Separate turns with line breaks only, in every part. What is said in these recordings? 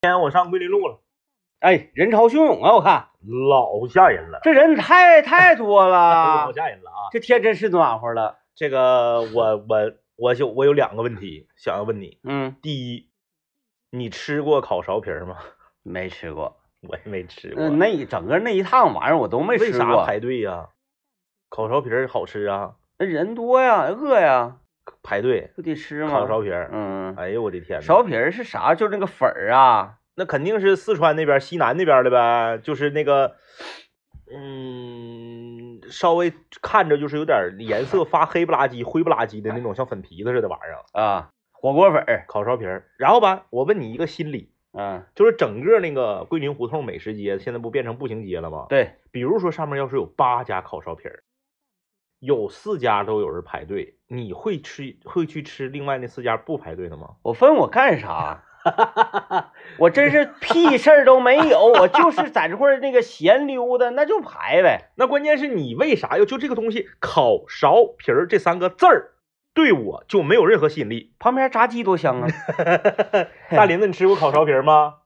天我上桂林路了，
哎，人潮汹涌啊！我看
老吓人了，
这人太太 多了
老，吓人了啊！
这天真是暖和了。
这个我我我有我有两个问题想要问你，
嗯，
第一，你吃过烤苕皮儿吗？
没吃过，
我也没吃过，
嗯，那一整个那一趟玩意儿我都
为
没吃
啥
过。
排队呀、烤苕皮儿好吃啊，
那人多呀，饿呀，
排队
不得吃吗
烤？苕皮儿。
嗯，
哎呦我的天呐！
苕皮儿是啥？就那个粉儿啊，
那肯定是四川那边儿、西南那边儿的呗，就是那个，嗯，稍微看着就是有点儿颜色发黑不拉几、灰不拉几的那种，像粉皮子似的玩意儿，
啊，火锅粉儿，
烤苕皮儿。然后吧，我问你一个心理，
嗯，
就是整个那个桂林胡同美食街现在不变成步行街了吗？
对，
比如说上面要是有八家烤苕皮儿，有四家都有人排队，你会吃会去吃另外那四家不排队的吗？
我分我干啥？我 真是屁事儿都没有，我就是在这块儿那个闲溜达，那就排呗。
那关键是你为啥要就这个东西“烤苕皮儿”这三个字儿，对我就没有任何吸引力。
旁边炸鸡多香啊，
大林子，你吃过烤苕皮儿吗？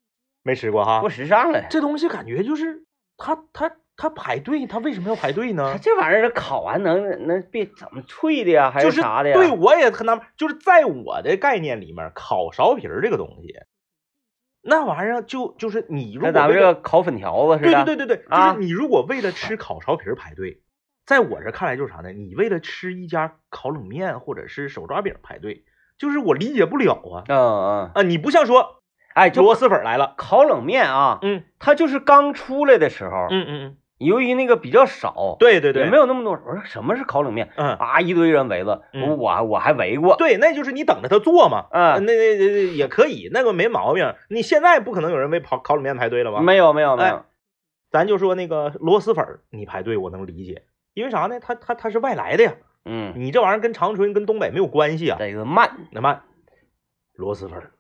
没吃过哈
多。时尚啊！
这东西感觉就是它它它排队，它为什么要排队
它
呢？
这玩意儿烤完能能别怎么脆的呀，还
就是
啥的呀？
对我也很纳闷，就是在我的概念里面，烤苕皮儿这个东西，那玩意儿就就是你如果
跟咱们
为
这
了
个烤粉条子似
对
的。
对对对对，就
啊
是你如果为了吃烤苕皮儿排队，在我这看来就是啥呢？你为了吃一家烤冷面或者是手抓饼排队，就是我理解不了啊
嗯嗯，
啊！你不像说
哎，就
螺蛳粉来了，
烤冷面啊，
嗯
它就是刚出来的时候，
嗯嗯嗯，
由于那个比较少，
对对对，
也没有那么多人。我说什么是烤冷面？
嗯。
啊，一堆人围了，
嗯
我我还我还围过。
对，那就是你等着他做嘛，
嗯
那那那也可以，那个没毛病。你现在不可能有人为烤烤冷面排队了吧？
没有没有没
哎
有，
咱就说那个螺蛳粉儿，你排队我能理解，因为啥呢？它它它是外来的呀，
嗯，
你这玩意儿跟长春、跟东北没有关系啊。
这个慢，
那慢，螺蛳粉儿，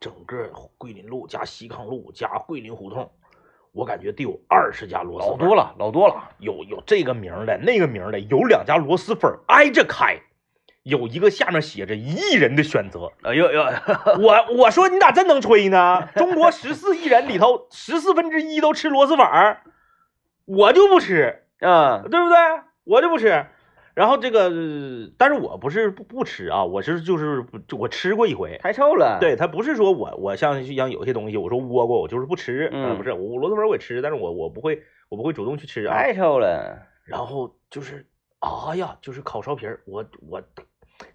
整个桂林路加西康路加桂林胡同，我感觉得有二十家螺蛳粉
老
儿，
多了老多了。
有有这个名儿的，那个名儿的，有两家螺蛳粉儿挨着开，有一个下面写着“一亿人的选 择”，
哎呦呦，
我我说你咋真能吹呢？中国十四亿人里头，十四分之一都吃螺蛳粉儿，我就不吃，
嗯
对不对？我就不吃。然后这个，呃但是我不是不不吃啊，我是就是不就我吃过一回。
太臭了。，
对他不是说我我像像有些东西，我说窝过，我就是不吃，
嗯
呃不是我螺蛳粉儿我也吃，但是我我不会我不会主动去吃啊。
太臭了。
然后就是，啊呀，就是烤苕皮儿，我我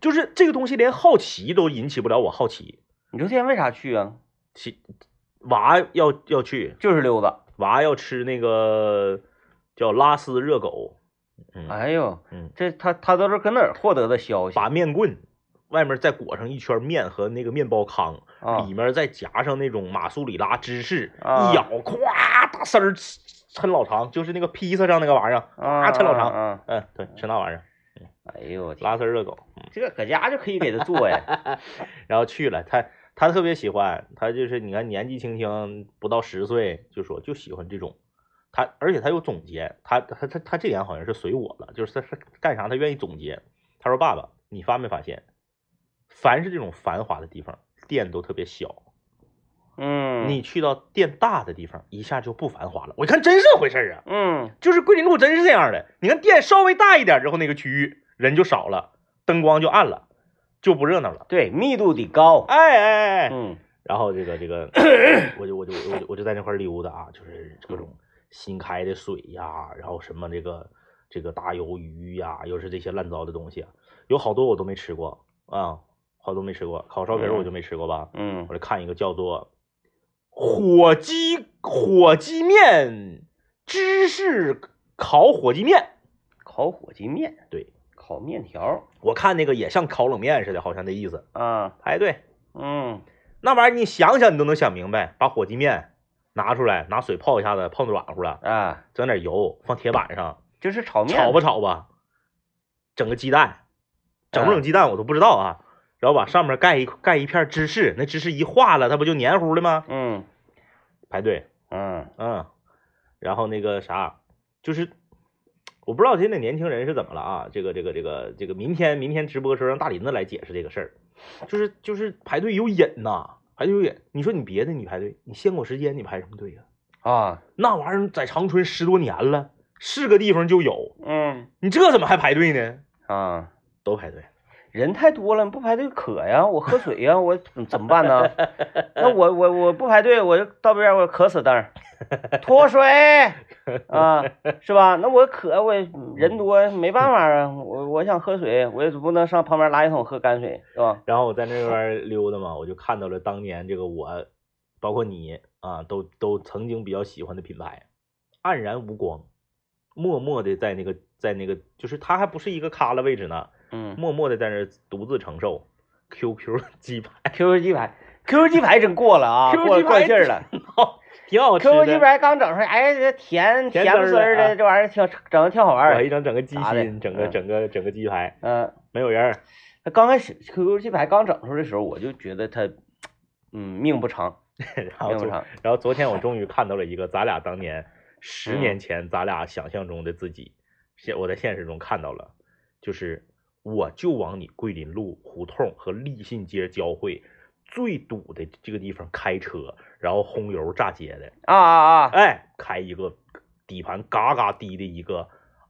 就是这个东西连好奇都引起不了我好奇。
你说这天为啥去啊？
其娃要要去，
就是溜达。
娃要吃那个叫拉丝热狗，嗯，
哎呦，
嗯
这他他都是搁哪儿获得的消息
把面棍外面再裹上一圈面和那个面包糠，
啊
里？面再夹上那种马苏里拉芝士，
啊
一咬，咵，大丝儿抻老长，就是那个披萨上那个玩意儿，
啊，
抻老肠
啊！
嗯，对，吃那玩意儿，
啊哎呦我天，
拉丝热狗。
这搁家就可以给他 做呀。
然后去了，他他特别喜欢，他就是你看年纪轻轻不到十岁就说就喜欢这种，他而且他有总结，他他他他这点好像是随我了，就是他他干啥他愿意总结。他说爸爸，你发没发现，凡是这种繁华的地方，店都特别小，
嗯，
你去到店大的地方，一下就不繁华了。我一看真是回事儿啊，
嗯
就是桂林路真是这样的，你看店稍微大一点之后，那个区域人就少了，灯光就暗了，就不热闹了。
对密度得高。
哎哎哎哎，
嗯
然后这个这个，我就我就我就我就在那块儿溜达啊，就是各种新开的水呀，然后什么这个这个大鱿鱼呀，又是这些乱糟的东西啊，有好多我都没吃过啊，好多没吃过，烤烧皮儿我就没吃过吧。
嗯
我，就看一个叫做火鸡火鸡面芝士烤火鸡面，
烤火鸡面，
对
烤面条
我看那个也像烤冷面似的，好像那意思。
啊。
排队，
嗯，
那玩意儿你想想你都能想明白，把火鸡面拿出来，拿水泡一下子，泡软乎了，
啊，
整点油放铁板上
就是炒面。
炒吧炒吧，整个鸡蛋，整不整鸡蛋我都不知道啊，然后把上面盖一盖一片芝士，那芝士一化了，它不就黏糊了吗？哎
嗯
排队，
嗯
嗯，然后那个啥，就是我不知道现在年轻人是怎么了啊，这个这个这个这个，明天明天直播的时候让大林子来解释这个事儿，就是就是排队有瘾呐、排队也，你说你别的你排队，你限购时间你排什么队呀、
啊，
那玩意儿在长春十多年了，是个地方就有，
嗯
你这怎么还排队呢？
啊，
都排队，
人太多了，不排队渴呀，我喝水呀，我怎怎么办呢？那我我我不排队，我就到边儿我渴死灯，脱 水啊，是吧？那我渴，我也人多没办法啊，我我想喝水，我也不能上旁边垃圾桶喝泔水，是吧？
然后我在那边儿溜达嘛，我就看到了当年这个我，包括你啊，都都曾经比较喜欢的品牌，黯然无光，默默的在那个在那个，就是它还不是一个咖的位置呢，
嗯
默默的在那儿独自承受 QQ 鸡排，
，QQ 鸡排，QQ 鸡排真过 了啊，
QQ
过
鸡排
过劲儿了。
挺好吃的。
QQ 鸡排刚整出来，哎，这甜
甜
甜不
滋
丝
儿
儿
的啊
的，这玩意儿挺整的挺好玩
我还
儿
一。整整个鸡
啥的
心，整个
嗯
整个整个鸡排，
嗯、
没有人儿，
他刚开始 QQ 鸡排刚整出来的时候，我就觉得他，嗯，命不长，
然后
命不
昨
长。
然后昨天我终于看到了一个咱俩当年十
嗯
年前咱俩想象中的自己，现我在现实中看到了，就是我就往你桂林路胡同和立信街交汇最堵的这个地方开车，然后轰油炸街的，
啊啊啊
哎，开一个底盘嘎嘎低的一个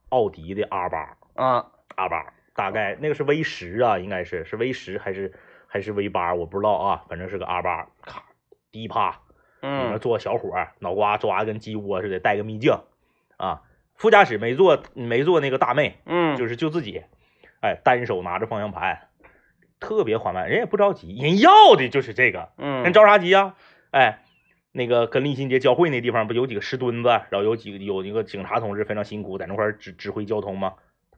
奥迪的 R 八
啊！
R 八，大概那个是 V 十啊，应该是是 V 十还是还是 V 八，我不知道啊，反正是个 R 八，咔低趴。里面
嗯
坐小伙儿，脑瓜抓跟鸡窝似的，戴个秘镜，啊，副驾驶没坐没坐那个大妹，
嗯，
就是是就自己，哎，单手拿着方向盘，特别缓慢，人也不着急，人要的就是这个，人
嗯，
着啥急呀、哎，那个跟立新街交汇那地方不有几个石墩子，然后有几个有一个警察同志非常辛苦在那块儿指指挥交通吗？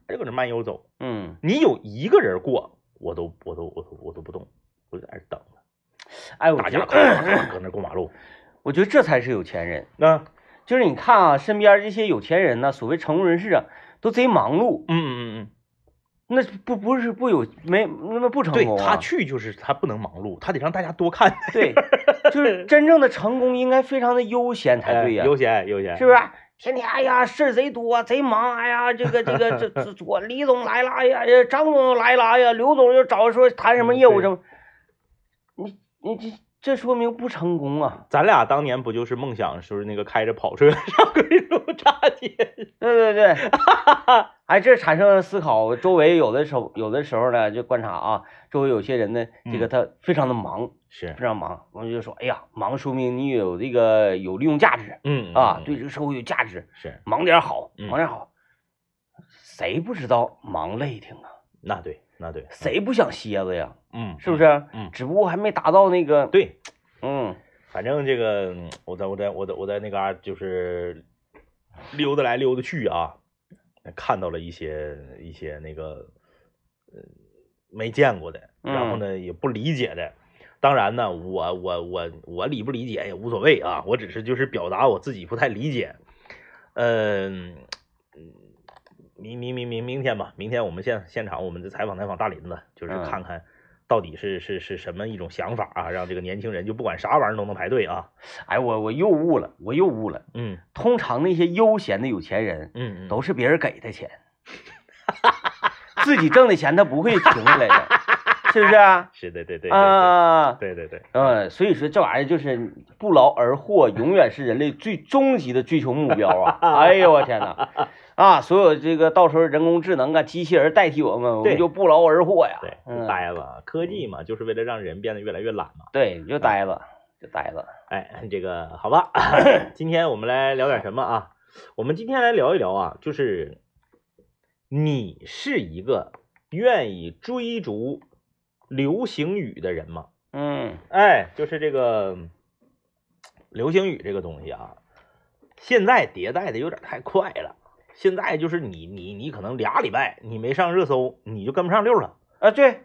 他就搁那慢悠走，
嗯，
你有一个人过，我都我都我都我都不动，我就在那儿等着，
哎，我
大
觉
家
得，
咔咔咔搁那儿过马路，
我觉得这才是有钱人。
那、
就是你看啊，身边这些有钱人呢，所谓成功人士啊，都贼忙碌，
嗯嗯嗯嗯。
那不不是不有没那么不 成
对
功
他
啊？
去就是他不能忙碌，他得让大家多 看，
对，就是真正的成功应该非常的悠闲才哎对 呀、
哎悠闲悠闲，
是不是？天天哎呀事儿贼多，贼忙，哎呀这个这个这 这我李总来了，哎呀哎呀张总又来了，哎呀刘总又找说谈什么
嗯
业务
对
什么，你你这这说明不成功啊！
咱俩当年不就是梦想，就是那个开着跑车 上贵州大街？
对对对，哎，这产生了思考。周围有的时候有的时候呢，就观察啊，周围有些人呢，这个
嗯
他非常的忙，
是
非，常忙，我们就说，哎呀，忙说明你有这个有利用价值
嗯
啊，
嗯
对这个社会有价值，
是，
忙点儿好，
嗯
忙点儿好。谁不知道忙累挺
嗯
啊？
那对那对，
谁不想歇着呀？
嗯，
是不是？
嗯
只不过还没达到那个，
对，
嗯
反正这个嗯我在我在我在我在那嘎、就是溜达来溜达去啊，看到了一些一些那个呃没见过的，然后呢也不理解的。当然呢，我我我我理不理解也无所谓啊，我只是就是表达我自己不太理解。嗯、嗯明明明明明天吧，明天我们现现场我们再采访采访大林子，就是
嗯
看看到底是是是什么一种想法啊，让这个年轻人就不管啥玩意儿都能排队啊。
哎，我我又悟了，我又悟了。
嗯
通常那些悠闲的有钱人，
嗯
都是别人给的钱，自己挣的钱他不会停下来的，是不是啊？
是的， 对对对对
啊，
对对对，
嗯，所以说这玩意儿就是不劳而获，永远是人类最终极的追求目标 啊！哎呦我天哪！啊，所有这个到时候人工智能啊、机器人代替我们，我
对
们就不劳而获呀！
对，就
嗯，
呆了。科技嘛，就是为了让人变得越来越懒嘛。
对，你就呆了，
嗯
就呆了。
哎，这个好吧，今天我们来聊点什么啊？我们今天来聊一聊啊，就是你是一个愿意追逐流行语的人吗？
嗯
哎，就是这个流行语这个东西啊，现在迭代的有点太快了。现在就是你你你可能俩礼拜你没上热搜，你就跟不上溜了。
啊，对，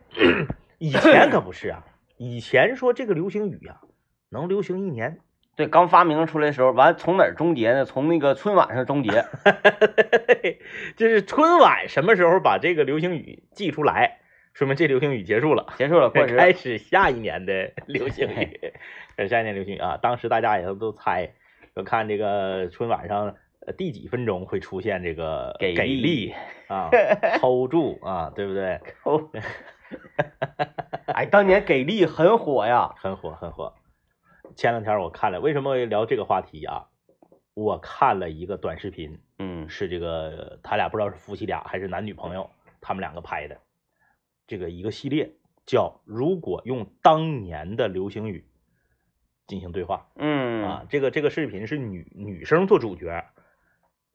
以前可不是啊，以前说这个流行语啊，能流行一年，
对，刚发明出来的时候，完从哪儿终结呢？从那个春晚上终结。
就是春晚什么时候把这个流行语记出来，说明这流行语结束 了，
结 束了，过时。
开始下一年的流行 语，开始下一年流行语啊。当时大家也都都猜，说看这个春晚上呃第几分钟会出现这个
给
给
力
力啊，hold 住啊，对不对？
哎，当年给力很火呀，
很火很火。前两天我看了，为什么聊这个话题啊？我看了一个短视频，
嗯
是这个他俩不知道是夫妻俩还是男女朋友，他们两个拍的这个一个系列叫“如果用当年的流行语进行对话”。
嗯
啊，这个这个视频是女女生做主角，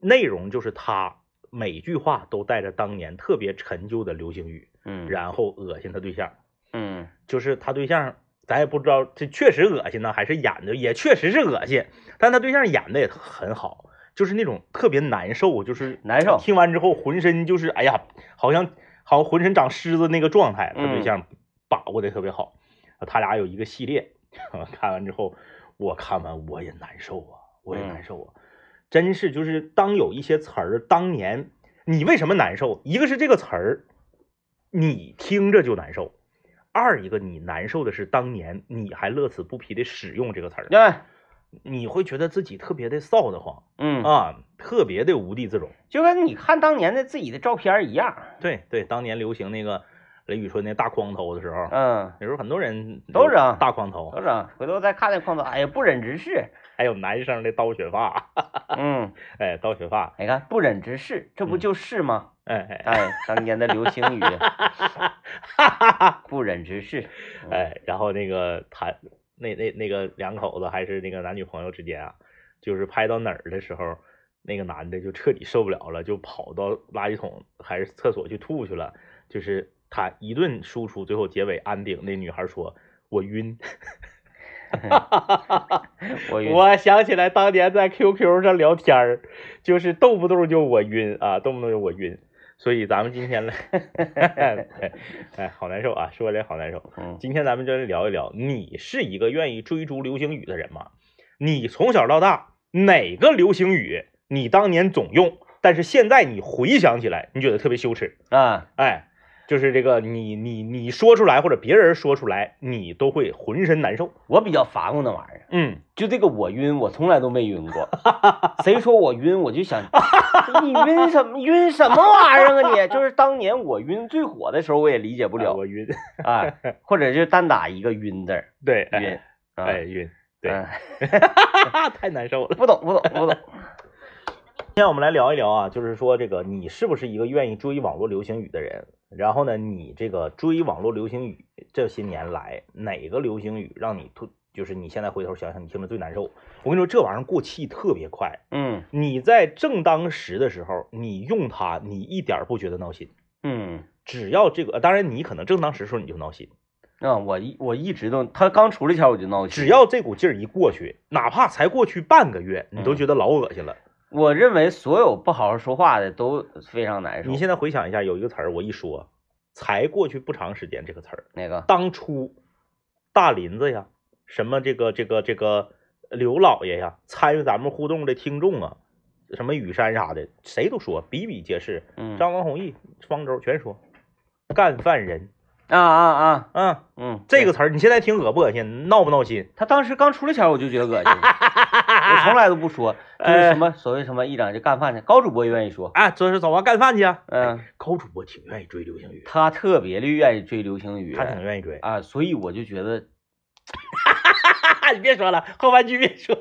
内容就是她每句话都带着当年特别陈旧的流行语，
嗯
然后恶心她对象，
嗯
就是她对象，咱也不知道这确实恶心呢，还是演的，也确实是恶心，但她对象演的也很好，就是那种特别难受，就是
难受
听完之后浑身就是哎呀，好像好像浑身长虱子那个状态，她对
嗯
象把握的特别好，他俩有一个系列， 看完之后我看完我也难受啊，我也
嗯
难受啊，真是就是当有一些词儿当年你为什么难受？一个是这个词儿你听着就难受，二一个你难受的是当年你还乐此不疲的使用这个词儿，
对，
你会觉得自己特别的臊得慌
嗯，
啊，特别的无地自容。
就跟你看当年的自己的照片儿一样，啊
对对，当年流行那个雷雨春那大光头的时候，
嗯，
那时候很多人
都是啊
大光头，
头长，回头再看那框子，哎呀，不忍直视，
还有男生的刀削发，
嗯，
哎，刀削发，
你看不忍直视，这不
嗯
就是吗？
哎哎
哎，当年的流行语
哈哈哈，
不忍直视，嗯，
哎，然后那个他那那那个两口子还是那个男女朋友之间啊，就是拍到哪儿的时候。那个男的就彻底受不了了，就跑到垃圾桶还是厕所去吐去了。就是他一顿输出，最后结尾安顶那女孩说：“我晕。”
我晕
我想起来当年在 QQ 上聊天儿，就是动不动就我晕啊，动不动就我晕。所以咱们今天来， 对哎，好难受啊，说来好难受。
嗯
今天咱们就来聊一聊，你是一个愿意追逐流行语的人吗？你从小到大哪个流行语你当年总用，但是现在你回想起来，你觉得特别羞耻？
啊，
哎，就是这个你你你说出来或者别人说出来，你都会浑身难受。
我比较烦乎那玩意儿。
嗯，
就这个我晕，我从来都没晕过。谁说我晕，我就想你晕什么晕什么玩意儿啊你！就是当年我晕最火的时候，我也理解不
不
了
哎我晕。
啊，或者就单打一个晕字儿，
对，哎
晕，啊
哎，，晕， 对
嗯
太难受了。
不懂不懂不懂，
今天我们来聊一聊啊，就是说这个你是不是一个愿意追网络流行语的人？然后呢，你这个追网络流行语这些年来，哪个流行语让你突，就是你现在回头想想，你听着最难受？我跟你说，这玩意儿过气特别快。
嗯
你在正当时的时候，你用它，你一点儿不觉得闹心。
嗯。
只要这个，呃当然你可能正当时的时候你就闹心，
啊，我一我一直都，他刚出来前我就闹心。
只要这股劲儿一过去，哪怕才过去半个月，你都觉得老恶心了。
我认为所有不好好说话的都非常难受。
你现在回想一下，有一个词儿，我一说，才过去不长时间，这个词儿，
哪个？
当初大林子呀，什么这个这个这个刘老爷呀，参与咱们互动的听众啊，什么雨山啥的，谁都说，比比皆是。
嗯，
张王弘毅、方舟全说，干饭人
啊啊啊，
啊，
嗯，
这个词儿你现在听恶不恶心，闹不闹心？
他当时刚出来前我就觉得恶心，我从来都不说，就是什么所谓什么一整就干饭去，高主播愿意说，
哎，这是走啊，干饭去啊。
嗯，
高主播挺愿意追流行语，
他特别的愿意追流行语
他挺愿意 追。
啊，所以我就觉 得，
你别说了，后半句别说，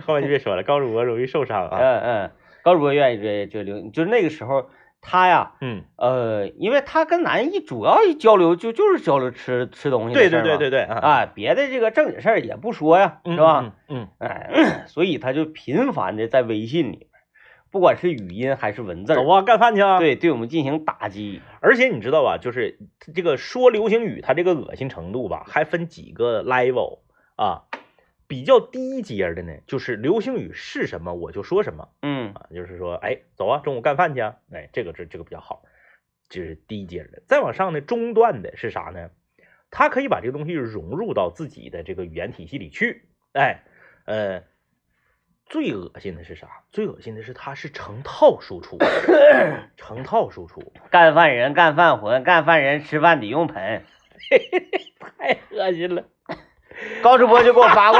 后半句别说了，高主播容易受伤啊。
嗯，高主播愿意追追流，就是那个时候他呀。
嗯，
呃，因为他跟男一主要一交流就就是交流吃吃东西的
对
事
对
儿
对
嘛
对对啊，
啊，别的这个正经事儿也不说呀，
嗯
是吧？？
嗯，
哎， 所以他就频繁的在微信里面，不管是语音还是文字
嗯
儿，
走啊，干饭去啊！，嗯
对对我们进行打击。
而且你知道吧，就是这个说流行语，它这个恶心程度吧，还分几个 level 啊。比较低阶的呢，就是流行语是什么我就说什么
嗯
啊，就是说，哎，走啊，中午干饭去啊，哎，这个这这个比较好，这是低阶的。再往上呢，中段的是啥呢？他可以把这个东西融入到自己的这个语言体系里去，哎，呃，最恶心的是啥？最恶心的是它是成套输出，成套输出，
干饭人干饭魂，干饭人吃饭得用盆。
太恶心了。
高主播就给我 发过，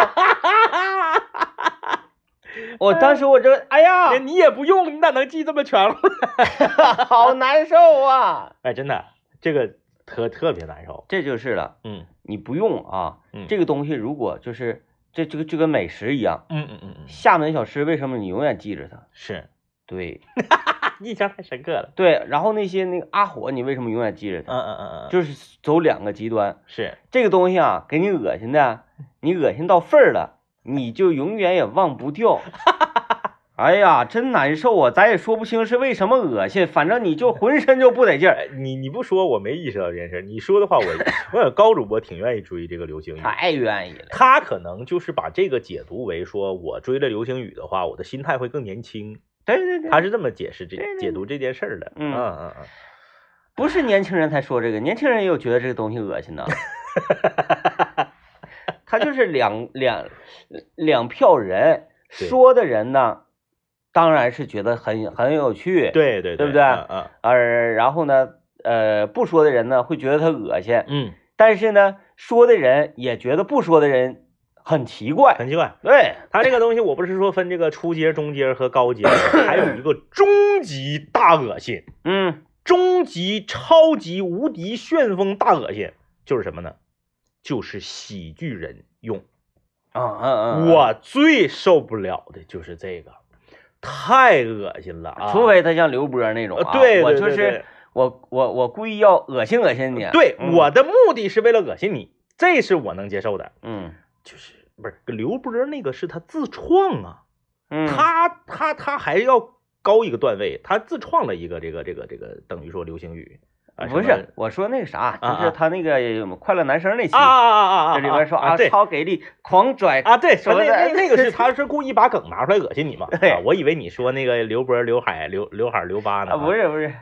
我当时我这，哎
啊
呀，
你也不用，你咋能记这么全乎？
好难受啊！
哎，真的，这个特特别难受。
这就是了。
嗯
你不用啊，
嗯
这个东西如果就是这这个就跟美食一样，
嗯嗯嗯嗯，
厦门小吃为什么你永远记着它？
是，
对
印象太深刻了。
对，然后那些那个阿火，你为什么永远记着
嗯
它？
嗯嗯嗯，
就是走两个极端，
是
这个东西啊，给你恶心的，你恶心到份儿了，你就永远也忘 不掉。哎呀，真难受啊！咱也说不清是为什么恶心，反正你就浑身就不得劲 儿。
哎，你你不说我没意识到这件事儿，你说的话我我有高主播挺愿意追这个流星雨，
太愿意了，
他可能就是把这个解读为说我追了流星雨的话，我的心态会更年轻，
对对对，
他是这么解释这
对对对
解读这件事儿的。
嗯
嗯嗯，
不是年轻人才说这个，年轻人也有觉得这个东西恶 心的。他就是两两两票人
对
说的人呢，当然是觉得很很有趣，
对对
对不
对？
对
嗯
而然后呢，呃，不说的人呢会觉得他恶心，
嗯，
但是呢，说的人也觉得不说的人很奇怪。
很奇怪。
对，
他这个东西，我不是说分这个初阶、中阶和高阶， 还有一个终极大恶心，
嗯，
终极超级无敌旋风大恶心，就是什么呢？就是喜剧人用。
啊啊啊！
我最受不了的就是这个，太恶心了啊！
除非他像刘波那种啊，
呃对
我
对
就
对
是
对
我我我故意要恶心恶心你。
对、
嗯
我的目的是为了恶心你，这是我能接受的。
嗯
就是不是刘波那个是他自创啊，
嗯，
他他他还要高一个段位，他自创了一个这个这个这个等于说流星雨啊，
不
什么
是我说那个啥，
啊
就是他那个快乐男生那期，
啊啊啊啊啊！
这里边说
啊对
超给力，狂拽，
啊，对，
什么
那
的
那那个 是他是故意把梗拿出来恶心你嘛？
对
啊，我以为你说那个刘波、刘海、刘刘海、刘八呢？
啊不，是不是，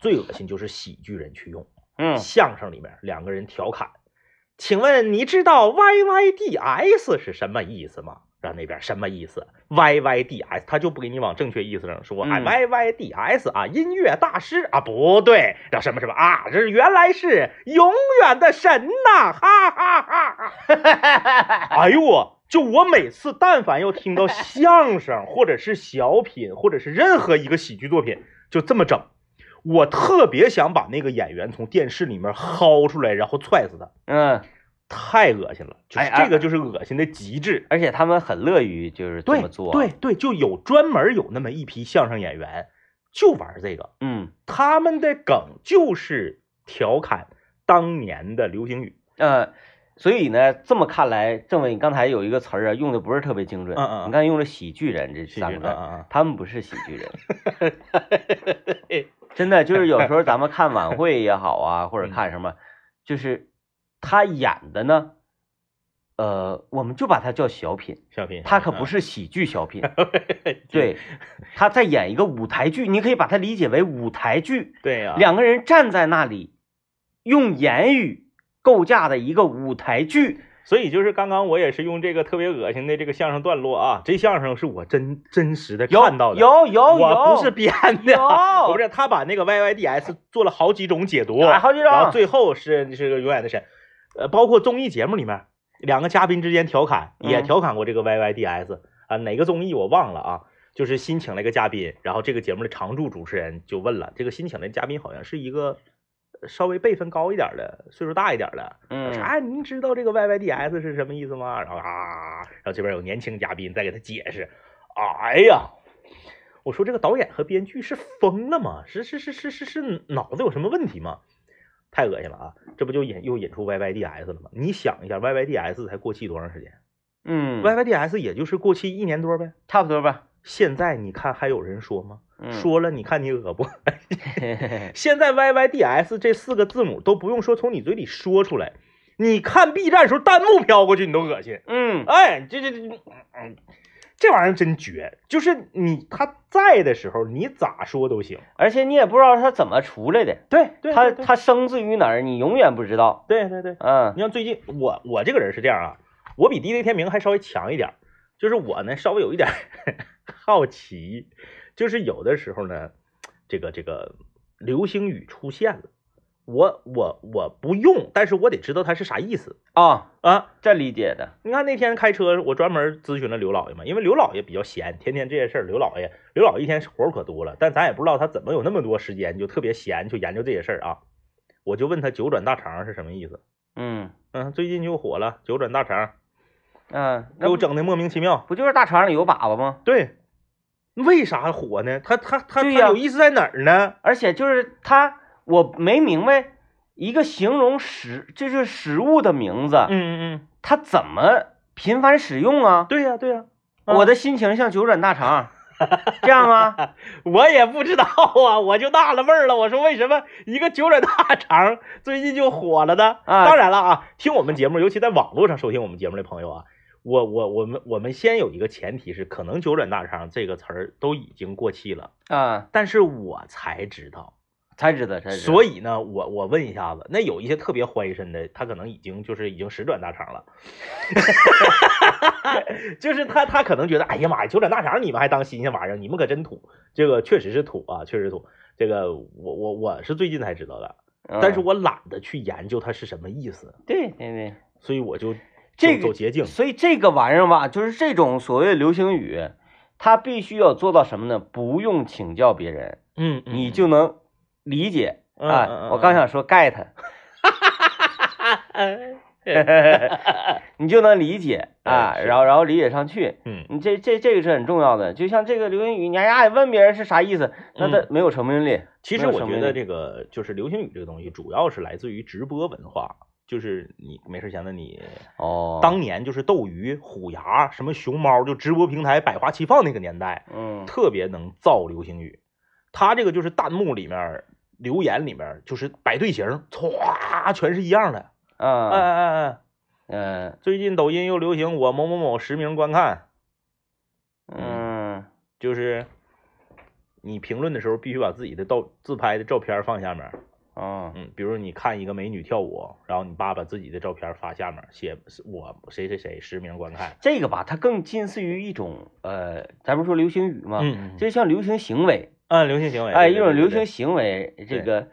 最恶心就是喜剧人去用。
嗯
相声里面两个人调侃，请问你知道 Y Y D S 是什么意思吗？然后那边什么意思？Y Y D S，他就不给你往正确意思上说，哎
嗯
，Y Y D S 啊，音乐大师啊，不对，然后什么什么啊，这原来是永远的神呐，哈哈哈哈！哎呦我。就我每次，但凡要听到相声，或者是小品，或者是任何一个喜剧作品，就这么整，我特别想把那个演员从电视里面薅出来，然后踹死他，
嗯，
太恶心了！就是
哎哎
这个就是恶心的极致。
而且他们很乐于就是哎这
对
么做，
对，对，就有专门有那么一批相声演员就玩这个，
嗯
他们的梗就是调侃当年的流行语。
呃，所以呢，这么看来，政委你刚才有一个词儿啊，用的不是特别精准，
嗯嗯嗯
你看用了喜剧人这
喜剧
三个字
人嗯嗯嗯
他们不是喜 剧人，真的就是有时候咱们看晚会也好啊，或
嗯
者看什么，就是他演的呢，呃，我们就把它叫小品，
小品，
他可 不
是，
是喜剧小品，
嗯
对，他在演一个舞台剧，你可以把它理解为舞台剧，
对呀、
两个人站在那里，用言语构架的一个舞台剧，
所以就是刚刚我也是用这个特别恶心的这个相声段落啊，这相声是我真真实的
有
看到的，
有有有，啊
我不是编的，
有
我不是他把那个 Y Y D S 做了好几种解读，
哎好几种
然后最后是是个永远的神，呃，包括综艺节目里面两个嘉宾之间调侃
嗯
也调侃过这个 Y Y D S 啊，哪个综艺我忘了啊，就是新请了一个嘉宾，然后这个节目的常驻主持人就问了，这个新请的嘉宾好像是一个呃稍微辈分高一点的，岁数大一点的，
嗯
说，哎，您知道这个 YYDS 是什么意思吗？然后啊，然后这边有年轻嘉宾在给他解释。哎呀，我说这个导演和编剧是疯了吗？是是是是是是脑子有什么问题吗？太恶心了啊！这不就引又引出 YYDS 了吗？你想一下，YYDS 才过气多长时间
嗯，
？YYDS 也就是过气一年多呗。
差不多吧，
现在你看还有人说吗？
嗯，
说了，你看你恶不？
嘿嘿嘿
现在 YYDS 这四个字母都不用说从你嘴里说出来，你看 B 站时候弹幕飘过去你都恶心。
嗯
哎，这这这，嗯，这玩意儿真绝，就是你他在的时候你咋说都行。
而且你也不知道他怎么出来的，
对对
他
他
他生自于哪儿，你永远不知道。
对对对，
嗯
你像最近我我这个人是这样啊，我比 DJ 天明还稍微强一点儿，就是我呢稍微有一点儿 好奇，就是有的时候呢，这个这个流星雨出现了，我我我不用，但是我得知道它是啥意思
啊、
啊。
这理解的，
你看那天开车，我专门咨询了刘老爷嘛，因为刘老爷比较闲，天天这些事儿，刘老爷刘老爷一天活儿可多了，但咱也不知道他怎么有那么多时间，就特别闲，就研究这些事儿啊。我就问他九转大肠是什么意思。
嗯
嗯，最近就火了，九转大肠，
嗯，
给
那
我
不
整的莫名其妙。
不就是大肠里有粑粑吗？
对，为啥火呢？他他他他
对呀
有意思在哪儿呢？
而且就是它，我没明白一个形容食，这就是食物的名字，
嗯嗯
它怎么频繁使用
嗯，
啊？
对呀、对呀、啊
我的心情像九转大肠，这样吗？
我也不知道啊，我就纳了闷儿了。我说为什么一个九转大肠最近就火了呢？
啊
当然了啊，听我们节目，尤其在网络上收听我们节目的朋友啊，我我我们我们先有一个前提是，可能九转大肠这个词儿都已经过气了，
啊，
但是我才知道。
才知道，才知道。
所以呢，我我问一下子，那有一些特别欢身的，他可能已经就是已经十转大肠了， 就是他他可能觉得，哎呀妈呀，九转大肠你们还当新鲜玩意儿，你们可真土，这个确实是土啊，确实土。这个我我我是最近才知道的，
嗯
但是我懒得去研究它是什么意思，
对对对，
所以我就
这
就走
个
捷径。
所以这个玩意儿吧，就是这种所谓流行语，它必须要做到什么呢？不用请教别人，
嗯，嗯
你就能理解。
嗯
啊、
嗯嗯
我刚想说 get，你就能理解啊，
嗯是
然后然后理解上去。
嗯
你这这这个是很重要的，就像这个流行语，你哎呀问别人是啥意思，那
嗯
它没有成名力。
其
没
实
有
我
什么
觉
魅
得
力
这个就是流行语这个东西，主要是来自于直播文化，就是你没事闲的你
哦，
当年就是斗鱼、虎牙、什么熊猫，就直播平台百花齐放那个年代，
嗯
特别能造流行语。他这个就是弹幕里面、留言里面，就是摆队形，歘，全是一样的。哎
啊
哎哎哎，
嗯
最近抖音又流行我某某某实名观看，
嗯
就是你评论的时候必须把自己的照自拍的照片放下面。
哦
嗯，比如你看一个美女跳舞，然后你爸把自己的照片发下面，写我谁谁谁实名观看。
这个吧，它更近似于一种呃，咱们说流行语嘛，
嗯，
就像流行行为，
嗯，流行行为，
哎，
对
一种
对
流，行
对对
行为，
对
这个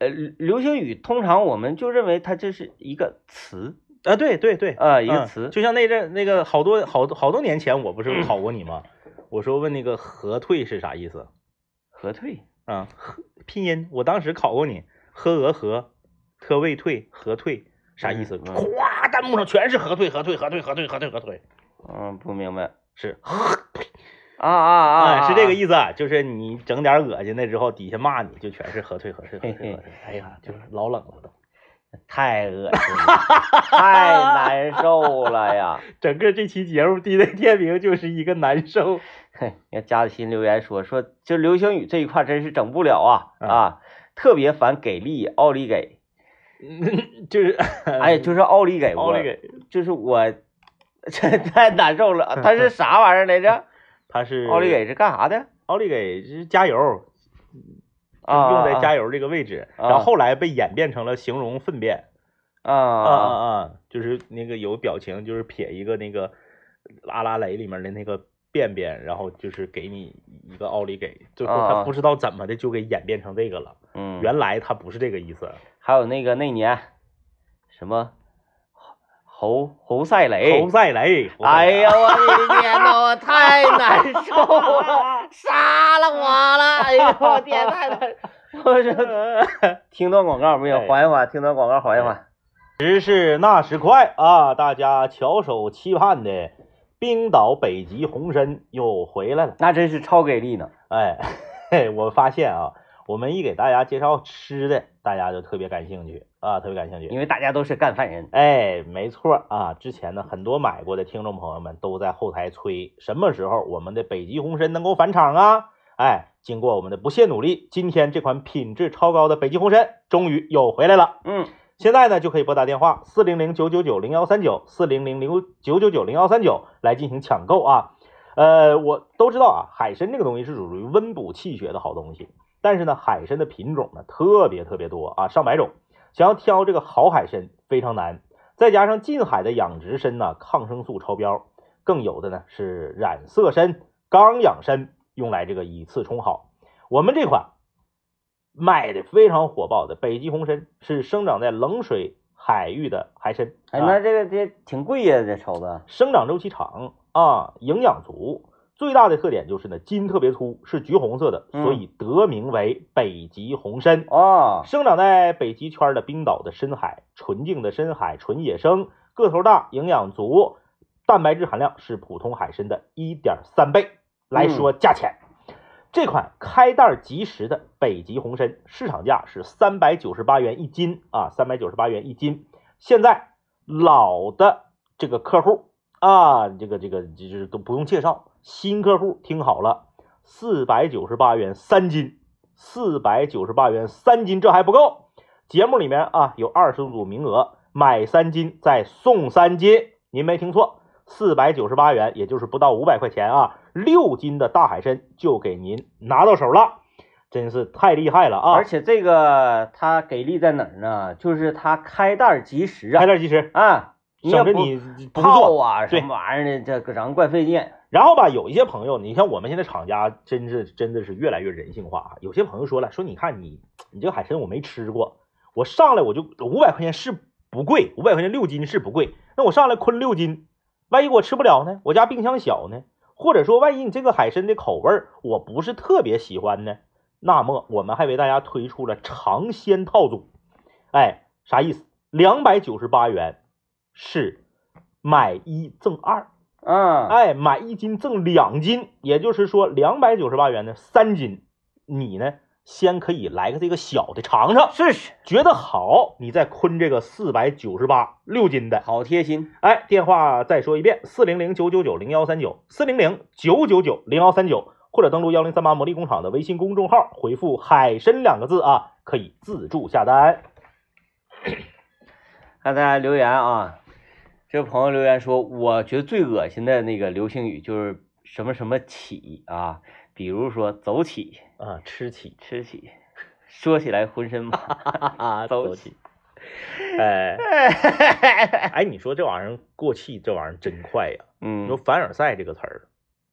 呃，流行语通常我们就认为它这是一个词
啊，对对对，
啊、一个
嗯
词，
就像那阵那个好多好多好多年前，我不是考过你吗？我说问那个和退是啥意思
核退
啊？和拼音，我当时考过你，和俄和，特未退和退啥意思？
嗯嗯
哗，弹幕上全是和退和退和退和退和退和退，
嗯，不明白
是
啊啊啊
啊，是这个
思。
意思啊，就是你整点恶心的之后，底下骂你就全是和退和退和退和退，哎呀，就是老冷了都，
太恶心了，太难受了呀！
整个这期节目 DJ 天明就是一个难受，
嘿，你看加的新留言说说，就流星雨这一块真是整不了啊
啊
啊，特别烦给力奥利给，
嗯就是
哎，就是奥利给，
奥利
我
给。
就是我， 这太难受了。他是啥玩意儿来着？
他是
奥利，给是干啥的？
奥利给是加油，
啊，
用在加
油
油这个位置，
啊
然后后来被演变成了形容粪便，
啊
啊啊
啊
啊，就是那个有表情，就是撇一个那个阿拉蕾里面的那个便便，然后就是给你一个奥利给，最后
啊
他
啊
不知道怎么的就给演变成这个了，
嗯，
原来他不是这个意思，
还有那个那年什么侯侯赛雷，
侯赛雷，啊侯赛
哎
雷
呀，，我的天呐，我太难受了，杀了我了！哎呦，我天，太难受！我说听段广告没有？
哎
缓一缓，听段广告，缓一缓。
时是那时快啊！大家翘首期盼的冰岛北极红参又回来了。
那真是超给力呢！
哎，嘿，我发现啊，我们一给大家介绍吃的，大家就特别感兴趣啊，特别感兴趣。
因为大家都是干饭人。
哎，没错儿啊，之前呢，很多买过的听众朋友们都在后台催，什么时候我们的北极红参能够返场啊？哎，经过我们的不懈努力，今天这款品质超高的北极红参终于又回来了。
嗯，
现在呢，就可以拨打电话四零零九九九零幺三九四零零零九九九零幺三九来进行抢购啊。呃，我都知道啊，海参这个东西是属于温补气血的好东西，但是呢，海参的品种呢特别特别多啊，上百种，想要挑这个好海参非常难。再加上近海的养殖参呢，抗生素超标，更有的呢是染色参、刚养参，用来这个以次充好。我们这款卖的非常火爆的北极红参，是生长在冷水海域的海参，
哎，
啊
那这个这挺贵呀，这绸子。
生长周期长啊，营养足，最大的特点就是呢，筋特别粗，是橘红色的，
嗯
所以得名为北极红参。
哦，
生长在北极圈的冰岛的深海，纯净的深海，纯野生，个头大，营养足，蛋白质含量是普通海参的1.3倍。来说价钱，这款开袋即食的北极红参市场价是398元一斤啊，398元一斤。现在老的这个客户啊，这个这个就是都不用介绍，新客户听好了，498元三斤。四百九十八元三斤，这还不够。节目里面啊有二十组名额，买三斤再送三斤，您没听错，四百九十八元，也就是不到五百块钱啊，六斤的大海参就给您拿到手了，真是太厉害了啊！
而且这个它给力在哪儿呢？就是它开袋儿及时啊
开，袋即食，
啊，要
省着
不
你不
泡
做。
啊
对
什么玩意儿的，这个咱怪费劲。
然后吧，有一些朋友，你像我们现在厂家，真是真的是越来越人性化啊。有些朋友说了，说你看你你这个海参我没吃过，我上来我就五百块钱是不贵，五百块钱六斤是不贵，那我上来坤六斤，万一我吃不了呢？我家冰箱小呢？或者说万一你这个海参的口味儿我不是特别喜欢呢？那么我们还为大家推出了尝鲜套组，哎，啥意思？两百九十八元是买一赠二。
嗯，
哎，买一斤赠两斤，也就是说两百九十八元呢，三斤，你呢先可以来个这个小的尝尝，
试试，
觉得好，你再坤这个四百九十八六斤的。
好贴心。
哎，电话再说一遍：四零零九九九零幺三九，四零零九九九零幺三九，或者登录幺零三八魔力工厂的微信公众号，回复“海参”两个字啊，可以自助下单。
看大家留言啊，这位朋友留言说，我觉得最恶心的那个流行语就是什么什么起啊，比如说走起、
啊，吃起，
吃起，说起来浑身 麻。
啊
走
走起。哎哎，你说这玩意儿过气，这玩意儿真快呀！你说
嗯
凡尔赛这个词儿，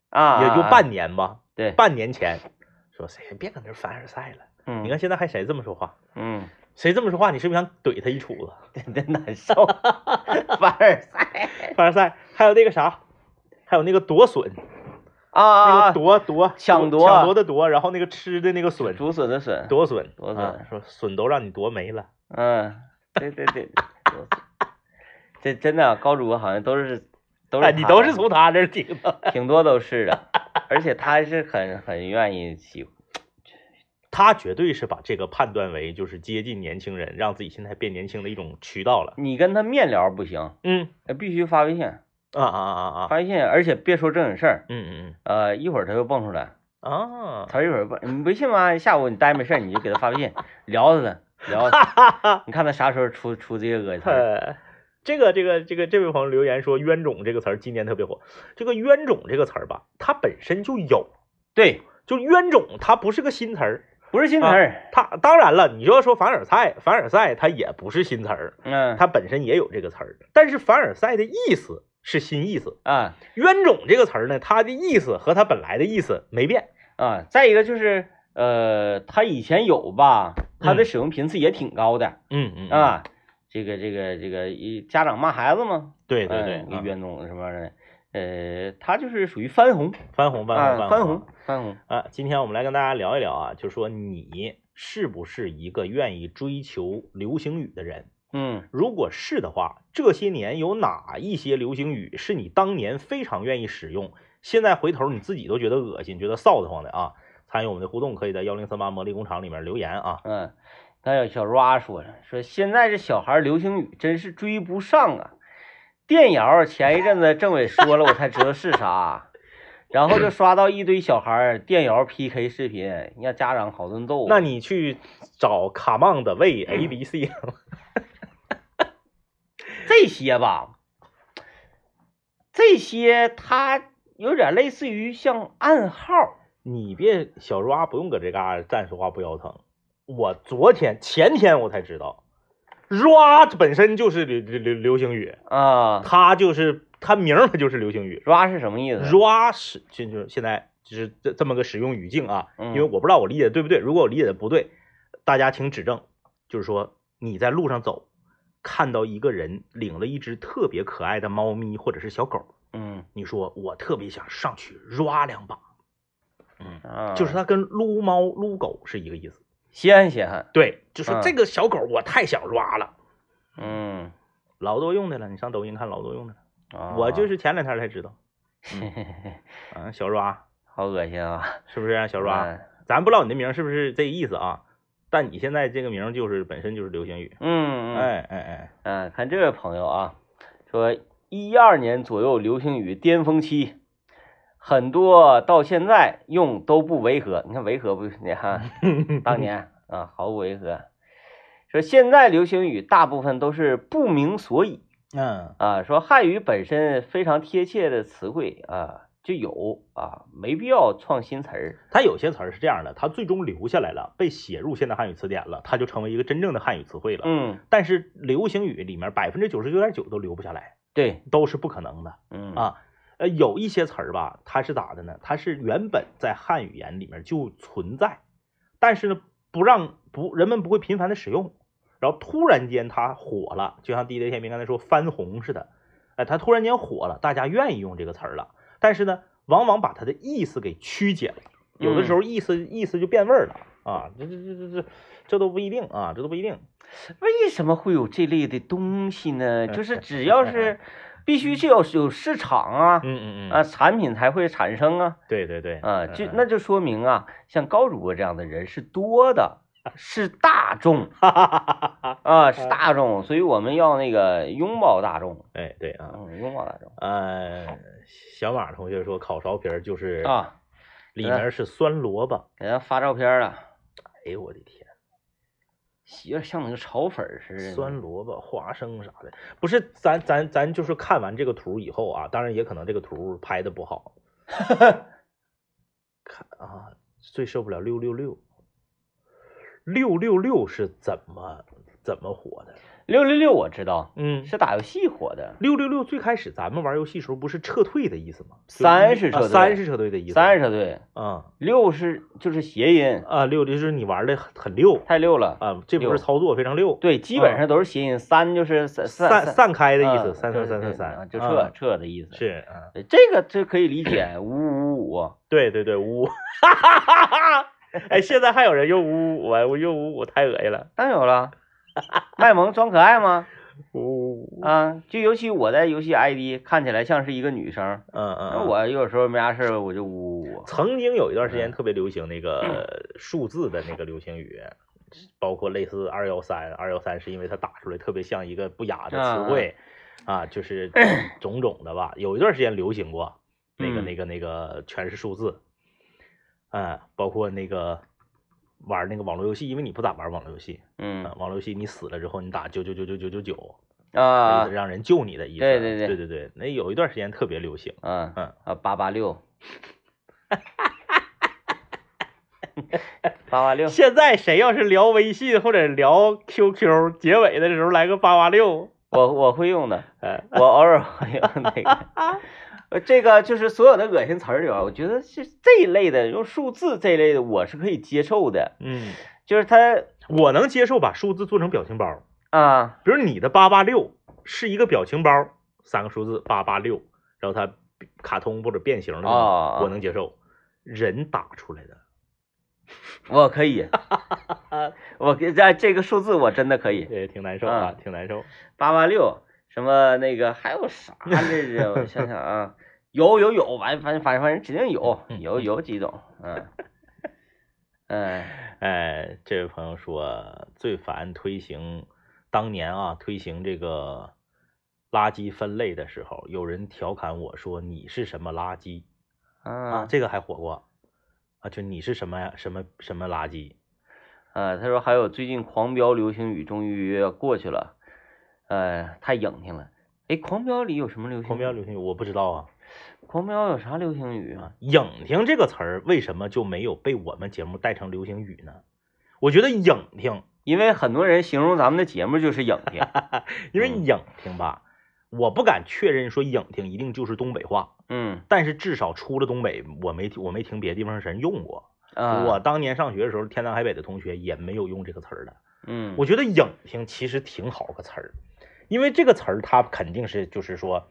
啊，
也就半年吧，
对，
半年前说谁别搁那儿凡尔赛了。
嗯
你看现在还谁这么说话？
嗯，
谁这么说话，你是不是想怼他一杵子？
真的难受， 凡尔赛
凡尔赛，还有那个啥，还有那个夺笋，
啊
那
啊，
个夺夺
抢
夺
夺
抢夺的夺，然后那个吃的那个 笋，
竹笋的笋，
夺笋
夺
啊
笋
说笋都让你夺没了。
嗯，对对对，竹笋这真的啊高主播好像都是都是
哎，
他
你都
的
是从他这儿听的。
挺多都是的，而且他还是很很愿意喜，
他绝对是把这个判断为就是接近年轻人，让自己现在变年轻的一种渠道了。
你跟他面聊不行，
嗯
呃必须发微信，
啊啊啊啊，
发微信，而且别说正经事儿，
嗯嗯
呃，一会儿他就蹦出来，
嗯啊，
他一会儿蹦，你微信嘛，下午你待没事儿你就给他发微信，聊着他，聊着 他，你看他啥时候出出这些恶心词儿，
呃， 这个这个这个这位朋友留言说“冤种”这个词儿今年特别火。这个“冤种”这个词儿吧，它本身就有，
对，
就“冤种”它不是个新词儿。
不是新词儿，
它当然了，你就要说凡尔赛，凡尔赛它也不是新词儿，
嗯
它本身也有这个词儿。但是凡尔赛的意思是新意思，
啊
冤种这个词儿呢，它的意思和它本来的意思没变。
啊，再一个就是呃，他以前有吧，他的
嗯
使用频次也挺高的
嗯嗯，
啊，这个这个这个一家长骂孩子嘛。
对对啊
哎
对，
给冤种什么玩意儿的，呃，他就是属于翻红，
翻红翻
啊，
红
翻
红
红，翻红，
啊，今天我们来跟大家聊一聊啊，就说你是不是一个愿意追求流行语的人？
嗯
如果是的话，这些年有哪一些流行语是你当年非常愿意使用，现在回头你自己都觉得恶心、觉得臊得慌的啊？参与我们的互动，可以在幺零三八魔力工厂里面留言啊。
嗯，刚有小 ra 说了，说现在这小孩流行语真是追不上啊，电谣前一阵子政委说了，我才知道是 啥，然后就刷到一堆小孩儿电谣 PK 视频，让家长好顿揍啊，
那你去找卡曼的喂 A B C，
这些吧，这些它有点类似于像暗号儿，
你别小抓不用搁这嘎达站说话不腰疼。我昨天前天我才知道，ra 本身就是流流流流行语，
啊
它就是它名儿它就是流行语。
，ra 是什么意思？
ra 是就就是现在就是这这么个使用语境啊，因为
嗯
我不知道我理解的对不对，如果我理解的不对，大家请指正。就是说你在路上走，看到一个人领了一只特别可爱的猫咪或者是小狗，
嗯
你说我特别想上去抓两把，嗯，
啊，
就是它跟撸猫撸狗是一个意思。
稀罕稀罕，
对，就说
嗯
这个小狗我太想抓了，
嗯，
老多用的了，你上抖音看老多用的了。
啊
我就是前两天才知道，
嘿嘿嘿
嗯，小抓
好恶心啊，
是不是、啊、小抓？
嗯
咱不知道你的名儿是不是这意思啊？但你现在这个名儿就是本身就是流行语，
嗯，嗯
哎哎哎，
嗯，看这位朋友啊，说一二年左右流行语巅峰期，很多到现在用都不违和。你看违和不？你看当年啊，毫不违和。说现在流行语大部分都是不明所以
嗯
啊，说汉语本身非常贴切的词汇啊就有啊，没必要创新词儿。
它有些词儿是这样的，它最终留下来了，被写入现代汉语词典了，它就成为一个真正的汉语词汇了。
嗯，
但是流行语里面百分之九十九点九都留不下来，
对，
都是不可能的
嗯
啊。呃，有一些词儿吧，它是咋的呢？它是原本在汉语言里面就存在，但是呢，不让不人们不会频繁的使用，然后突然间它火了，就像 DJ 天明刚才说翻红似的，哎、它突然间火了，大家愿意用这个词儿了，但是呢，往往把它的意思给曲解了，有的时候意思、意思就变味儿了啊，这这这这这这都不一定啊，这都不一定。
为什么会有这类的东西呢？ 就是只要是必须是要有市场啊
嗯嗯嗯
啊，产品才会产生啊
对对对，
啊，
嗯
就
嗯
那就说明啊，像高主播这样的人是多的， 是大众
哈哈哈哈哈！嗯
啊，是大众，所以我们要那个拥抱大众，
哎，对啊，
嗯，拥抱大众
呃，小马同学说烤苕皮儿就是，
啊，
里面是酸萝卜。
给他发照片了，
哎呦我的天，
有点像那个炒粉儿似的呢，
酸萝卜、花生啥的，不是咱咱咱就是看完这个图以后啊，当然也可能这个图拍的不 好，看啊，最受不了六六六，六六六是怎么怎么火的？
六六六我知道
嗯，
是打游戏火的，
六六六最开始咱们玩游戏时候不是撤退的意思吗？就
三
一
是撤
啊
退
三是撤退的意思，
三十对，
啊。
六是就是谐音，
啊，六就是你玩的很很溜
太溜了。
啊，这不
溜
是操作非常溜，
对，基本上都是谐音，三就是散
散
散
散开的意
嗯
思，嗯三
对
三三
对
三三
啊，就
啊
撤撤的意思。
是，嗯
对，这个这可以理解，五五五五，
对对对，呜，哈哈哈哈！哎，现在还有人用呜，我我用呜，我太恶心了，
当然有了。卖萌装可爱吗？
呜，
啊，就尤其我在游戏 ID 看起来像是一个女生，
嗯嗯
那
嗯，
我有时候没啥事儿我就呜呜呜。
曾经有一段时
嗯
间特别流行那个数字的那个流行语。包括类似二幺三，二幺三是因为它打出来特别像一个不雅的词汇，啊，就是 种种的吧。有一段时间流行过，那个
嗯
那个那个全是数字，嗯，包括那个玩那个网络游戏，因为你不咋玩网络游戏，
嗯
啊，网络游戏你死了之后你打九九九九九九九，
啊
让人救你的意思。
对对对
对对对，那有一段时间特别流行。
啊
嗯
啊八八六， 八八六，
现在谁要是聊微信或者聊 QQ 结尾的时候来个八八六，
我我会用的。
哎，
我偶尔会用那个。呃，这个就是所有的恶心词儿里边儿，我觉得是这一类的，用数字这一类的，我是可以接受的。
嗯，
就是它
我能接受把数字做成表情包，
啊，
比如你的八八六是一个表情包，三个数字八八六，然后它卡通或者变形的那种，
哦
我能接受。人打出来的，
我可以，我给啊这这个数字我真的可以，
也挺难受啊，
嗯
挺难受。
八八六什么那个还有啥来着？我想想啊，有有有，完反正反正反正指定有有有几种，嗯嗯
哎，这位朋友说最烦推行当年啊推行这个垃圾分类的时候，有人调侃我说你是什么垃圾啊？
啊
这个还火过啊，就你是什么呀什么什么垃圾？
啊，他说还有最近狂飙流行语终于要过去了，呃，太硬挺了。哎，狂飙里有什么流行语？
狂飙流行语我不知道啊
狂飙有啥流行语啊？
啊，影听这个词儿为什么就没有被我们节目带成流行语呢？我觉得影听，
因为很多人形容咱们的节目就是影 挺，
因为
嗯
影听吧，我不敢确认说影听一定就是东北话，
嗯
但是至少出了东北，我没我没听别地方人用过。
啊，
我当年上学的时候，天南海北的同学也没有用这个词儿的。
嗯
我觉得“影听”其实挺好个词儿，因为这个词儿它肯定是就是说，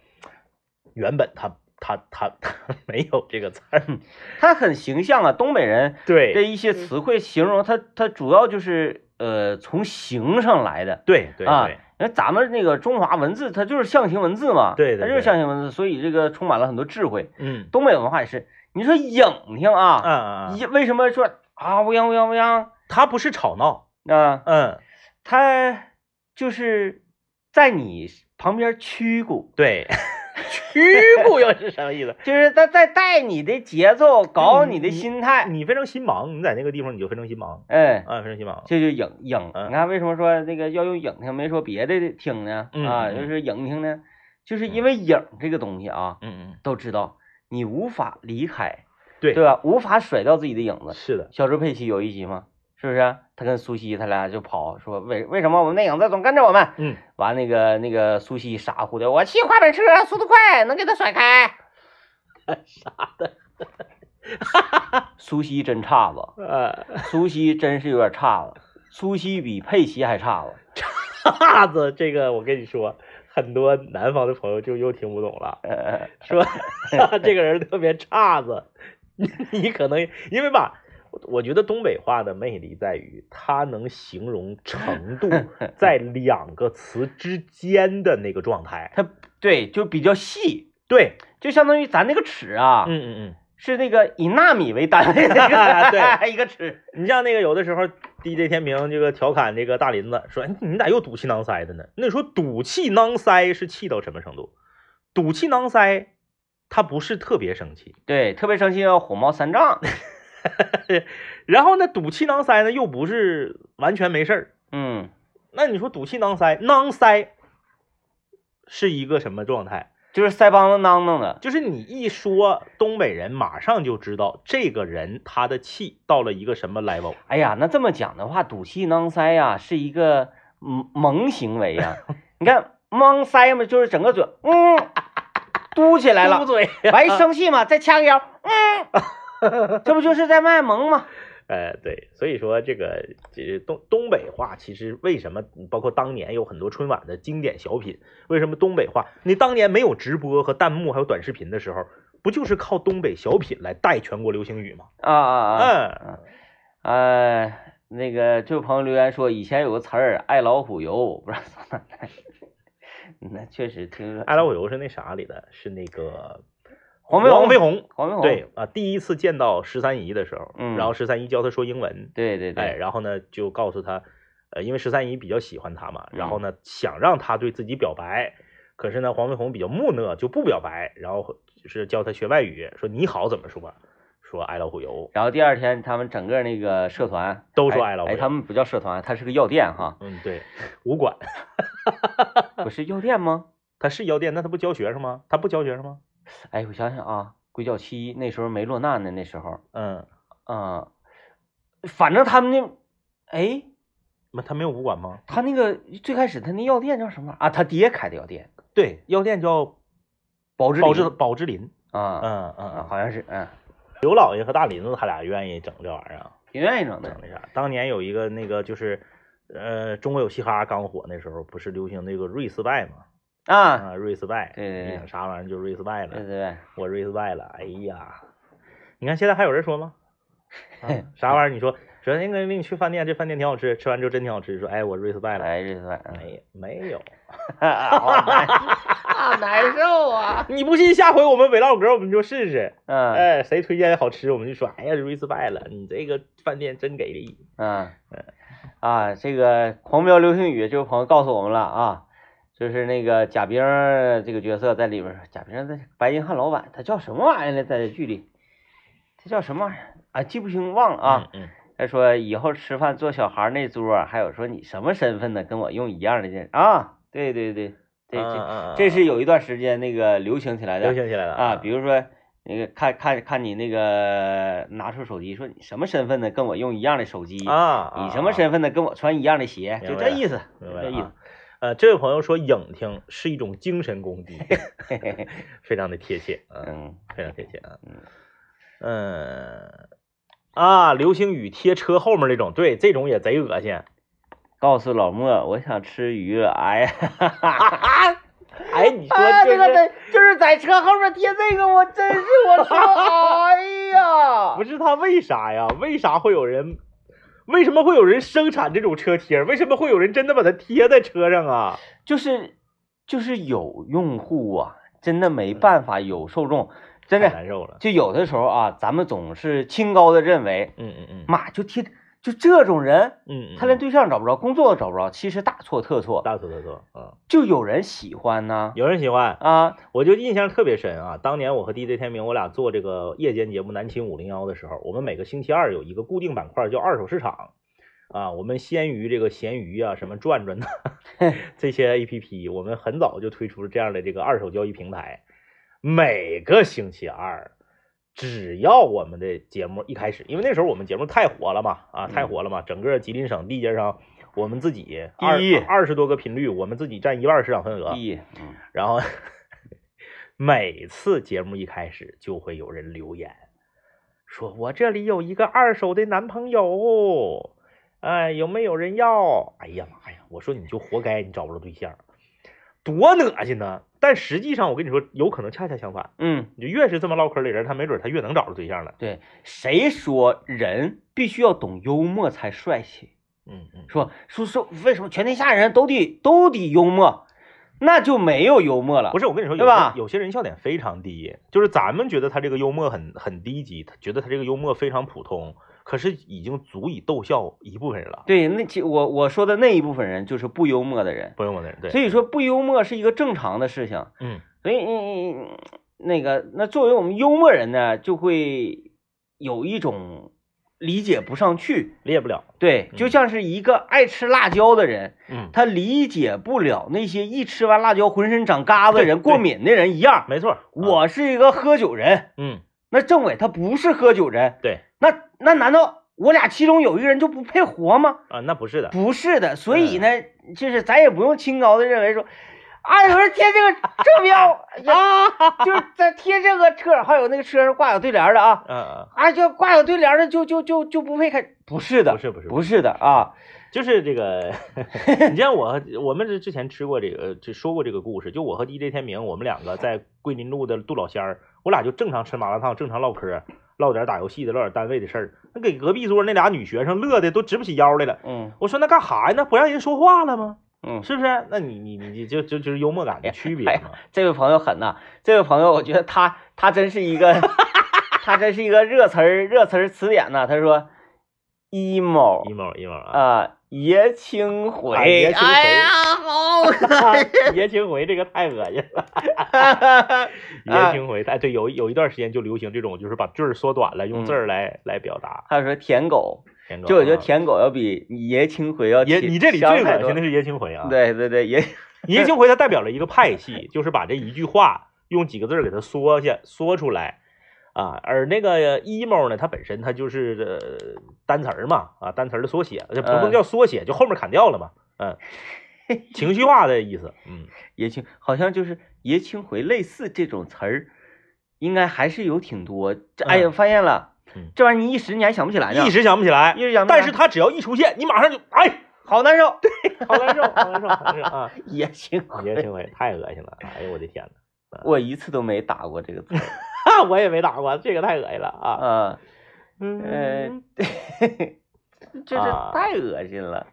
原本它他他他没有这个词儿，
他很形象啊，东北人
对
这一些词汇形容他，他主要就是呃从形上来的
对对
啊
对，。
因为咱们那个中华文字，它就是象形文字嘛，
对对
它就是
对
象形文字，所以这个充满了很多智慧。
嗯
东北文化也是，你说影听
啊
啊，
啊啊，
一为什么说啊乌泱乌泱乌泱
他不是吵闹，
啊？
嗯，
它就是在你旁边屈骨，
对，曲骨又是什么意思？
就是他在带你的节奏，搞你的心态，
哎你非常心忙，你在那个地方你就非常心忙，
哎，
啊，非常心忙，
这就影影。
嗯
你看为什么说那个要用影听，没说别的听呢？
嗯
啊，
嗯
就是影听呢，就是因为影这个东西啊，
嗯
都知道你无法离开，
嗯，对
对吧？无法甩掉自己的影子。
是的，
小猪佩奇有一集嘛，是不是？他跟苏西他俩就跑，说为为什么我们的影子总跟着我们？
嗯，
完那个那个苏西傻乎的，我骑滑板车速度快，能给他甩开。 傻的，苏西真差子，
呃，
苏西真是有点差子，苏西比佩奇还 差子。
岔子这个我跟你说，很多南方的朋友就又听不懂了。
呃，
说这个人特别岔子， 你可能因为吧，我我觉得东北话的魅力在于它能形容程 度在两个词之间的那个状态。
他对就比较细，
对，
就相当于咱那个尺啊，
嗯嗯
是那个以纳米为单位的一个
对
一个尺。
嗯，你像那个有的时候 DJ 天平这个调侃这个大林子说，哎你咋又赌气囊塞的呢？那你说赌气囊塞是气到什么程度？赌气囊塞，他不是特别生气，
对，特别生气要火冒三丈。
然后呢，赌气囊塞呢又不是完全没事儿。
嗯，
那你说赌气囊塞，囊塞是一个什么状态？
就是腮帮子囔囔的。
就是你一说东北人，马上就知道这个人他的气到了一个什么 level。
哎呀，那这么讲的话，赌气囊塞呀、是一个萌萌行为呀、你看蒙塞嘛，就是整个嘴，嗯，嘟起来
嘟
了，
嘴，
完一生气嘛，再掐个腰，嗯，这不就是在卖萌吗？
呃，对，所以说这个这东东北话，其实为什么包括当年有很多春晚的经典小品，为什么东北话？你当年没有直播和弹幕还有短视频的时候，不就是靠东北小品来带全国流行语吗？
啊啊啊，
嗯，
呃，那个这位朋友留言说，以前有个词儿“爱老虎油”，不知道从哪来， 那确实听说
爱老虎油是那啥里的，是那个
黄飞鸿
黄飞鸿
黄飞鸿，
对啊，第一次见到十三姨的时候，
嗯
然后十三姨教她说英文，
对对
哎，
对，
然后呢就告诉她，呃，因为十三姨比较喜欢她嘛，
嗯
然后呢想让她对自己表白，可是呢黄飞鸿比较木讷，就不表白，然后是教她学外语，说你好怎么说，说爱老虎油，
然后第二天他们整个那个社团
都说
哎
爱老虎
哎，
油
他们不叫社团，它是个药店哈。
嗯，对，武馆，
不是药店吗？
他是药店，那他不教学生吗？他不教学生吗？
哎，我想想啊，鬼脚七那时候没落难呢，那时候，
嗯，
嗯、反正他们那，哎，
那他没有武馆吗？
他那个最开始他那药店叫什么玩意儿啊？他爹开的药店，
对，药店叫
宝芝
宝芝
林
宝芝林，
啊、
嗯嗯
啊，
嗯，
好像是嗯，
刘老爷和大林子他俩愿意整这玩意儿啊。
挺愿意整的
整。那啥。当年有一个那个就是，呃，中国有嘻哈刚火那时候，不是流行那个瑞斯拜嘛？
啊，
啊，瑞斯拜，
对对对嗯
你想啥玩意儿就瑞斯拜
对对
了，
对，
我瑞斯拜了。哎呀，你看现在还有人说吗？ 啊啥玩意儿？你说说那个，那你去饭店，这饭店挺好吃，吃完之后真挺好吃。说哎，我瑞斯拜了，
来日子
没没有？
哎，好难，好难受 啊。
你不信，下回我们 vlog 我们就试试。
嗯
哎，谁推荐好吃，我们就说哎呀，瑞斯拜了，你这个饭店真给力。
嗯啊，这个狂飙流星雨这位朋友告诉我们了啊，就是那个贾冰儿这个角色在里边儿，贾冰儿在白银汉老板，他叫什么玩意儿呢？在这剧里，他叫什么玩意儿啊？记不清忘了啊。
嗯，嗯，
他说以后吃饭坐小孩儿那桌儿，还有说你什么身份呢？跟我用一样的这啊，对对对，这这
这
这是有一段时间那个流行起来
嗯
的，
啊流行起来了
啊，比如说那个看看看你那个拿出手机说你什么身份呢？跟我用一样的手机
啊，
以什么
身？
身份呢？跟我穿一样的鞋，
明
就
白
这
了
意思，就
明白了
这意思
啊。呃，这位朋友说，影听是一种精神攻 击，非常的贴切，嗯，
嗯，
非常贴切啊
嗯，
嗯，啊，流星雨贴车后面那种，对，这种也贼恶心，
告诉老莫，我想吃鱼了。哎呀，
啊，哎，你说
哎，
这
这
个
个得就是在车后面贴这个，我真是我说，哎呀
不，是他为啥呀？为啥会有人？为什么会有人生产这种车贴儿？为什么会有人真的把它贴在车上啊？
就是就是有用户啊，真的没办法，有受众，真
嗯太
的
难受了。
就有的时候啊，咱们总是清高的认为，
嗯嗯嗯，
妈就贴就这种人，
嗯，嗯
他连
嗯
对象找不着，工作都找不着，其实大错特错，
大错特错啊！
就有人喜欢呢
有人喜欢，
啊，
我就印象特别深啊。当年我和 DJ 天明，我俩做这个夜间节目《南秦五零幺》的时候，我们每个星期二有一个固定板块叫二手市场啊。我们先于这个闲鱼啊、什么转 转呐这些 APP，我们很早就推出了这样的这个二手交易平台。每个星期二，只要我们的节目一开始，因为那时候我们节目太火了嘛，啊，太火了嘛，整个吉林省地界上，我们自己
嗯第
二
一
二十多个频率，我们自己占一半市场份额。
第一，嗯
然后每次节目一开始就会有人留言，说我这里有一个二手的男朋友，哎，有没有人要？哎呀妈呀，我说你就活该，你找不着对象，多恶心呢！但实际上，我跟你说，有可能恰恰相反，
嗯，
你就越是这么唠嗑的人，他没准他越能找着对象了。
对，谁说人必须要懂幽默才帅气？
嗯嗯，
说说说，为什么全天下人都得都得幽默，那就没有幽默了。
不
是，
是，我跟你说，有
对吧
些有些人笑点非常低，就是咱们觉得他这个幽默很很低级，他觉得他这个幽默非常普通，可是已经足以逗笑一部分人了。
对，那其我我说的那一部分人就是不幽默的人，
不用的人，对，
所以说不幽默是一个正常的事情。
嗯
所以你你你那个那作为我们幽默人呢，就会有一种理解不上去。
列不了，
对，就
嗯
像是一个爱吃辣椒的人，
嗯，
他理解不了那些一吃完辣椒浑身长疙瘩的人、
对对
过敏的人一样。
没错，啊
我是一个喝酒人，
嗯
那政委他不是喝酒人，
对
那那难道我俩其中有一个人就不配活吗？
啊，那不是的，
不是的，所以呢，就是咱也不用清高的认为说，啊，有人贴这个 这标啊，就是咱贴这个车，还有那个车上挂有对联的啊，
嗯嗯，
啊，就挂有对联的就就就就不配开，不是的，
不是不是
不是的啊，
就是这个， 你像我和我们这之前吃过这个，就说过这个故事，就我和 DJ 天明，我们两个在桂林路的杜老仙儿，我俩就正常吃麻辣烫，正常唠嗑，唠点打游戏的，唠点单位的事儿，那给隔壁桌那俩女学生乐的都直不起腰来了。
嗯
我说那干哈呀？那不让人说话了吗？
嗯，哎
是不是？那你你你就就就是幽默感的区别嘛。
这位朋友狠呐，这位朋友，我觉得他他真是一 个，他真是一个热词儿热词儿词典呐，他说，emo。
emo emo 啊，
啊，爷青回，
啊爷青回
哎呀，好恶心呃
爷青回这个太恶心了。
啊
爷青回，哎，对，有有一段时间就流行这种，就是把句儿缩短了，用字儿来来表达。
他说舔狗，
田哥
就我觉得
啊
舔狗要比爷青回要
爷，
舔
你这里最
香太
恶
多
心的是爷青回啊。，
对对对，爷
爷青回它代表了一个派系，就是把这一句话用几个字儿给它缩下缩出来。啊，而那个 emo 呢，它本身它就是、呃、单词儿嘛，啊，单词儿的缩写，这不能
嗯
叫缩写，就后面砍掉了嘛， 嗯，情绪化的意思，嗯，
爷青好像就是爷青回类似这种词儿，应该还是有挺多。这哎呀，
嗯
发现了
嗯，
这玩意儿你一时你还想不起来呢，
一时想不起来
一，时想不起来，
但是它只要一出现，你马上就 哎，
好难受，
好难受，好难受，好难受啊！
爷青回，
爷青回太恶心了，哎呦我的天呐，
我一次都没打过这个字儿，
我也没打过，这个太恶心了 啊！
啊。呃
嗯，，
这是
啊
太恶心了。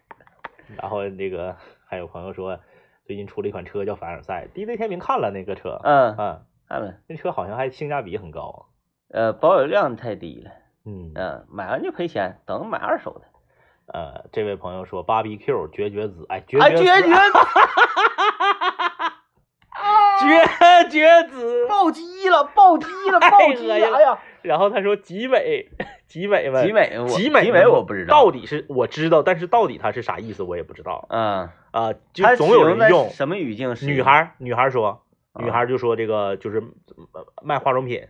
然后那个还有朋友说，最近出了一款车叫凡尔赛，DJ 天明看了那个车，
嗯，
啊，
看了，
那车好像还性价比很高，
呃，保有量太低了，
嗯
嗯，买完就赔钱，等买二手的。
呃，这位朋友说 BBQ 绝绝子，哎，绝
啊，
绝
绝
子
绝
啊
子
绝绝子，
暴击了，暴击 了，暴
太恶
击
心
了！
了
哎呀，
然后他说集美，集美们，
集美我，
集美，
集美我不知道
到。底是我知道，但是到底它是啥意思我也不知道
嗯，
啊、
它
就总有
使
人
在
用。
什么语境使用？
女孩儿，女孩儿说，
啊
女孩儿就说这个就是呃卖化妆品，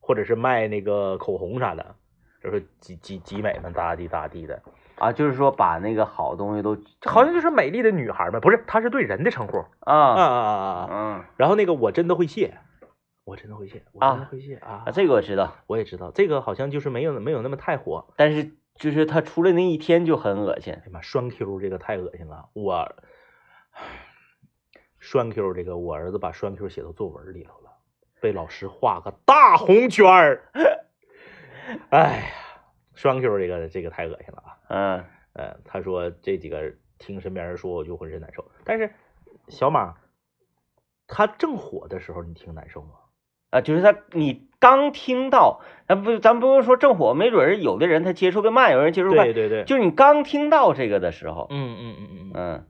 或者是卖那个口红啥的，就是集集集美们咋地咋地的，
啊，就是说把那个好东西都
好像就是美丽的女孩们，不是，她是对人的称呼啊
啊
啊啊啊！
嗯
然后那个我真的会谢，我真的会谢，我真的
啊
会谢啊
啊，这个我知道，
我也知道，这个好像就是没有没有那么太火，
但是就是他出来那一天就很恶心
哎。呀妈，双 Q 这个太恶心了，我栓 Q 这个，我儿子把栓 Q 写到作文里头了，被老师画个大红圈儿。哎呀，栓 Q 这个这个太恶心了啊！
嗯，
呃，他说这几个听身边人说，我就浑身难受。但是小马，他正火的时候，你听难受吗？
啊，就是他，你刚听到，咱不，咱不是说正火，没准儿有的人他接触的慢，有人接触快
对，对对，
就是你刚听到这个的时候，
嗯嗯嗯嗯嗯，
嗯，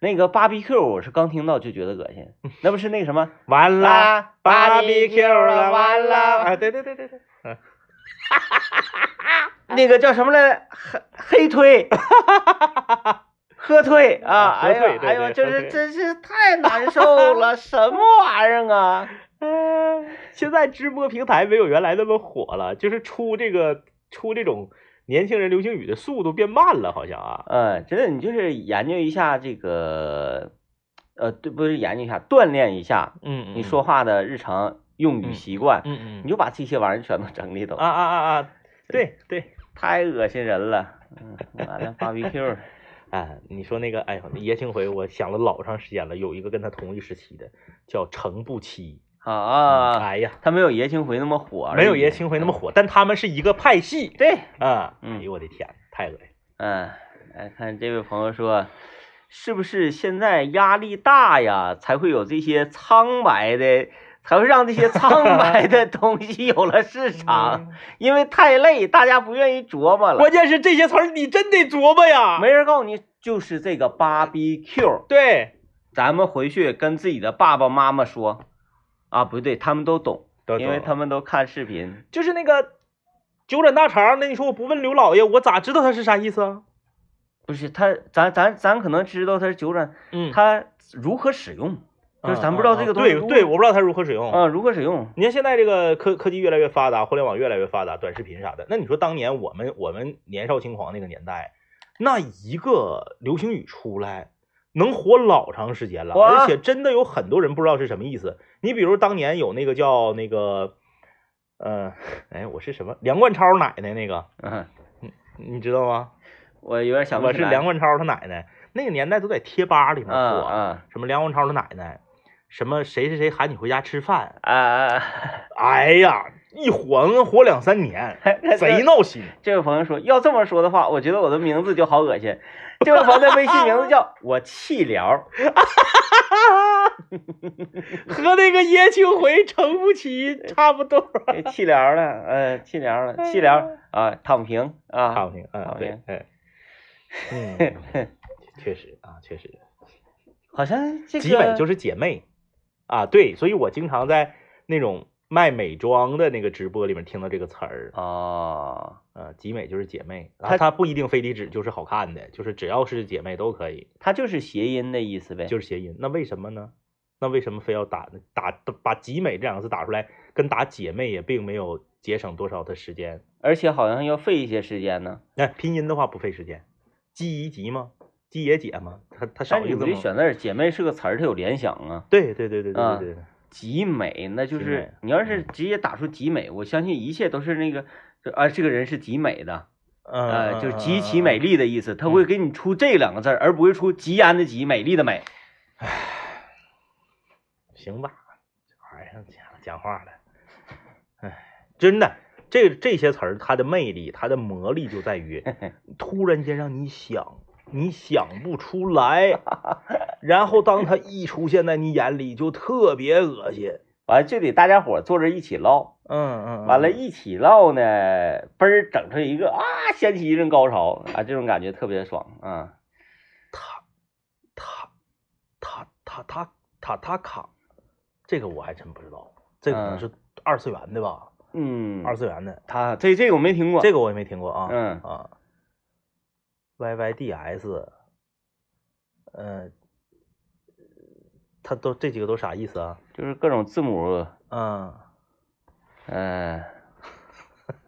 那个 BBQ 我是刚听到就觉得恶心，那不是那个什么
完了
啦
，BBQ 了，完了，
啦，
啊，对对对对对，
那个叫什么来着？黑黑 推，喝退啊！
啊喝
哎
退
呀
对
哎呀，
对
这
喝
是
退
真是太难受了，什么玩意儿啊？
嗯，现在直播平台没有原来那么火了，就是出这个出这种年轻人流行语的速度变慢了，好像啊，
嗯，真的，你就是研究一下这个，呃，对，不是研究一下，锻炼一下
嗯
你说，话的日常用语习惯，
嗯
你就把这些玩意儿全都整理都，
啊啊啊啊，对对，
太恶心人了。嗯，完 了，BBQ，
哎，你说那个，哎呦，爷青回，我想了老长时间了，有一个跟他同一时期的叫程不期
好啊，
哎呀，
他没有爷青回那么火而已，
没有爷青回那么火，但他们是一个派系
对，
啊，
嗯
哎呦我的天，太恶心了，
嗯，来看这位朋友说，是不是现在压力大呀，才会有这些苍白的，才会让这些苍 白的东西有了市
嗯
场？因为太累，大家不愿意琢磨了。
关键是这些词儿你真得琢磨呀，
没人告诉你，就是这个 BBQ，
对，
咱们回去跟自己的爸爸妈妈说，啊，不对，他们都懂，
都
因为
懂
他们都看视频。
就是那个九转大肠，那你说我不问刘老爷，我咋知道他是啥意思啊？
不是他，咱咱咱可能知道他是九转，
嗯他啊
他如何使用，就是咱不知道这个东西
对
如
对，我不知道他如何使用。
啊，如何使用？
你看现在这个科科技越来越发达，互联网越来越发达，短视频啥的。那你说当年我们我们年少轻狂那个年代，那一个流行语出来，能火老长时间了，
火啊
而且真的有很多人不知道是什么意思。你比如当年有那个叫那个，呃，哎，我是什么梁冠超奶奶那个，
嗯，
你知道吗？
我有点想不
我
起
是
来
梁冠超他奶奶，那个年代都在贴吧里面
啊
火，
啊
什么梁冠超他奶奶，什么谁谁谁喊你回家吃饭，
啊啊！
哎呀，一火能火两三 年，贼闹心。
这位朋友说，要这么说的话，我觉得我的名字就好恶心。这位朋友的微信名字 叫我气 聊，
和那个爷青回程不 齐差不多。
哎气聊了，呃，气聊了，气
哎
聊啊，躺平啊，
好听，嗯，
好
对
听，
哎，嗯，确实啊，确实，
好像这个
基本就是姐妹啊，对，所以我经常在那种卖美妆的那个直播里面听到这个词儿，
哦，
呃，集美就是姐妹，然
它
后它不一定非得指就是好看的，就是只要是姐妹都可以，
它就是谐音的意思呗，
就是谐音。那为什么呢？那为什么非要打打把集美这两个字打出来，跟打姐妹也并没有节省多少的时间？
而且好像要费一些时间呢。
那、拼音的话不费时间，集一集吗？集也姐吗？它它
但
少
是
一
你
个字
这
吗？
选字儿，姐妹是个词儿，它有联想啊。
对对对对对对
啊
对对，
集美，那就
集
是
美嗯
你要是直接打出集美，我相信一切都是那个，就啊，这个人是集美的，
嗯
呃，就是极其
嗯
美
嗯
丽的意思，他会给你出这两个字儿，而不会出吉安的吉，美丽的美。
行吧，这玩意儿讲讲话了，哎，真的，这这些词儿它的魅力，它的魔力就在于突然间让你想，你想不出 来，然后当它一出现在你眼里，就特别恶心。
完了就得大家伙儿坐着一起唠，
嗯嗯
完了，一起唠呢，嘣儿整出一个啊，掀起一阵高潮啊，这种感觉特别爽啊。
他他他他他他卡，这个我还真不知道，这可能
嗯
是二次元的吧？
嗯，
二次元的，
他这这个我没听过，
这个我也没听过啊。
嗯
啊，YYDS，呃，它都这几个都啥意思啊？
就是各种字母，
嗯，
嗯、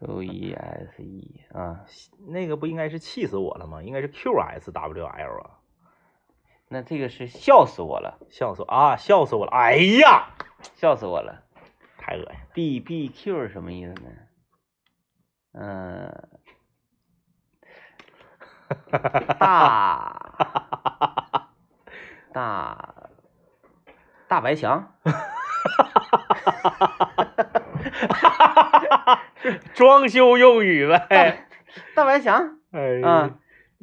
o E S E 啊，
那个不应该是气死我了吗？应该是 QSWL 啊，
那这个是笑死我了，
笑死我啊，笑死我了！哎呀，
笑死我了。
太恶心了。
B B Q 是什么意思呢？嗯、 大大大白墙，
装修用语
哎
呗。
大白墙
哎
啊
呀，，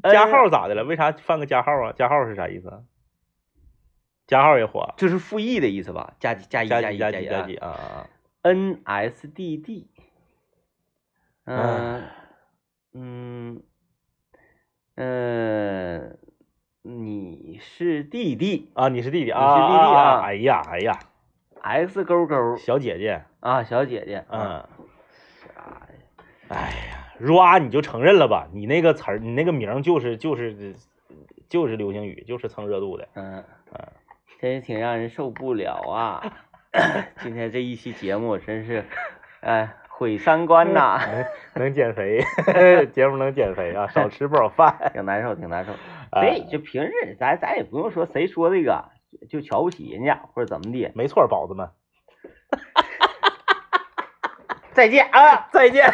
呃
加号咋的了？为啥犯个加号啊？加号是啥意思啊？加号也火，啊
就是复议的意思吧？加加一
加
一
加
一
几加几啊啊啊！
NSDD，嗯嗯呃，你是弟弟
啊，你是弟弟啊，
你是弟弟
啊
啊
哎呀，哎呀，
X 勾勾
小姐姐，
啊，小姐姐，
嗯，哎呀，ra 你就承认了吧，你那个词儿，你那个名儿就是就是就是流行语，就是蹭热度的。
嗯嗯，真是挺让人受不了 啊！今天这一期节目真是，哎，毁三观呐，
能能减 肥，节目能减肥啊，少吃不少饭。
挺难受，挺难受。
哎
所以就平日咱咱也不用说谁说这个就就瞧不起人家或者怎么的，
没错，宝子们，
再见啊，再见。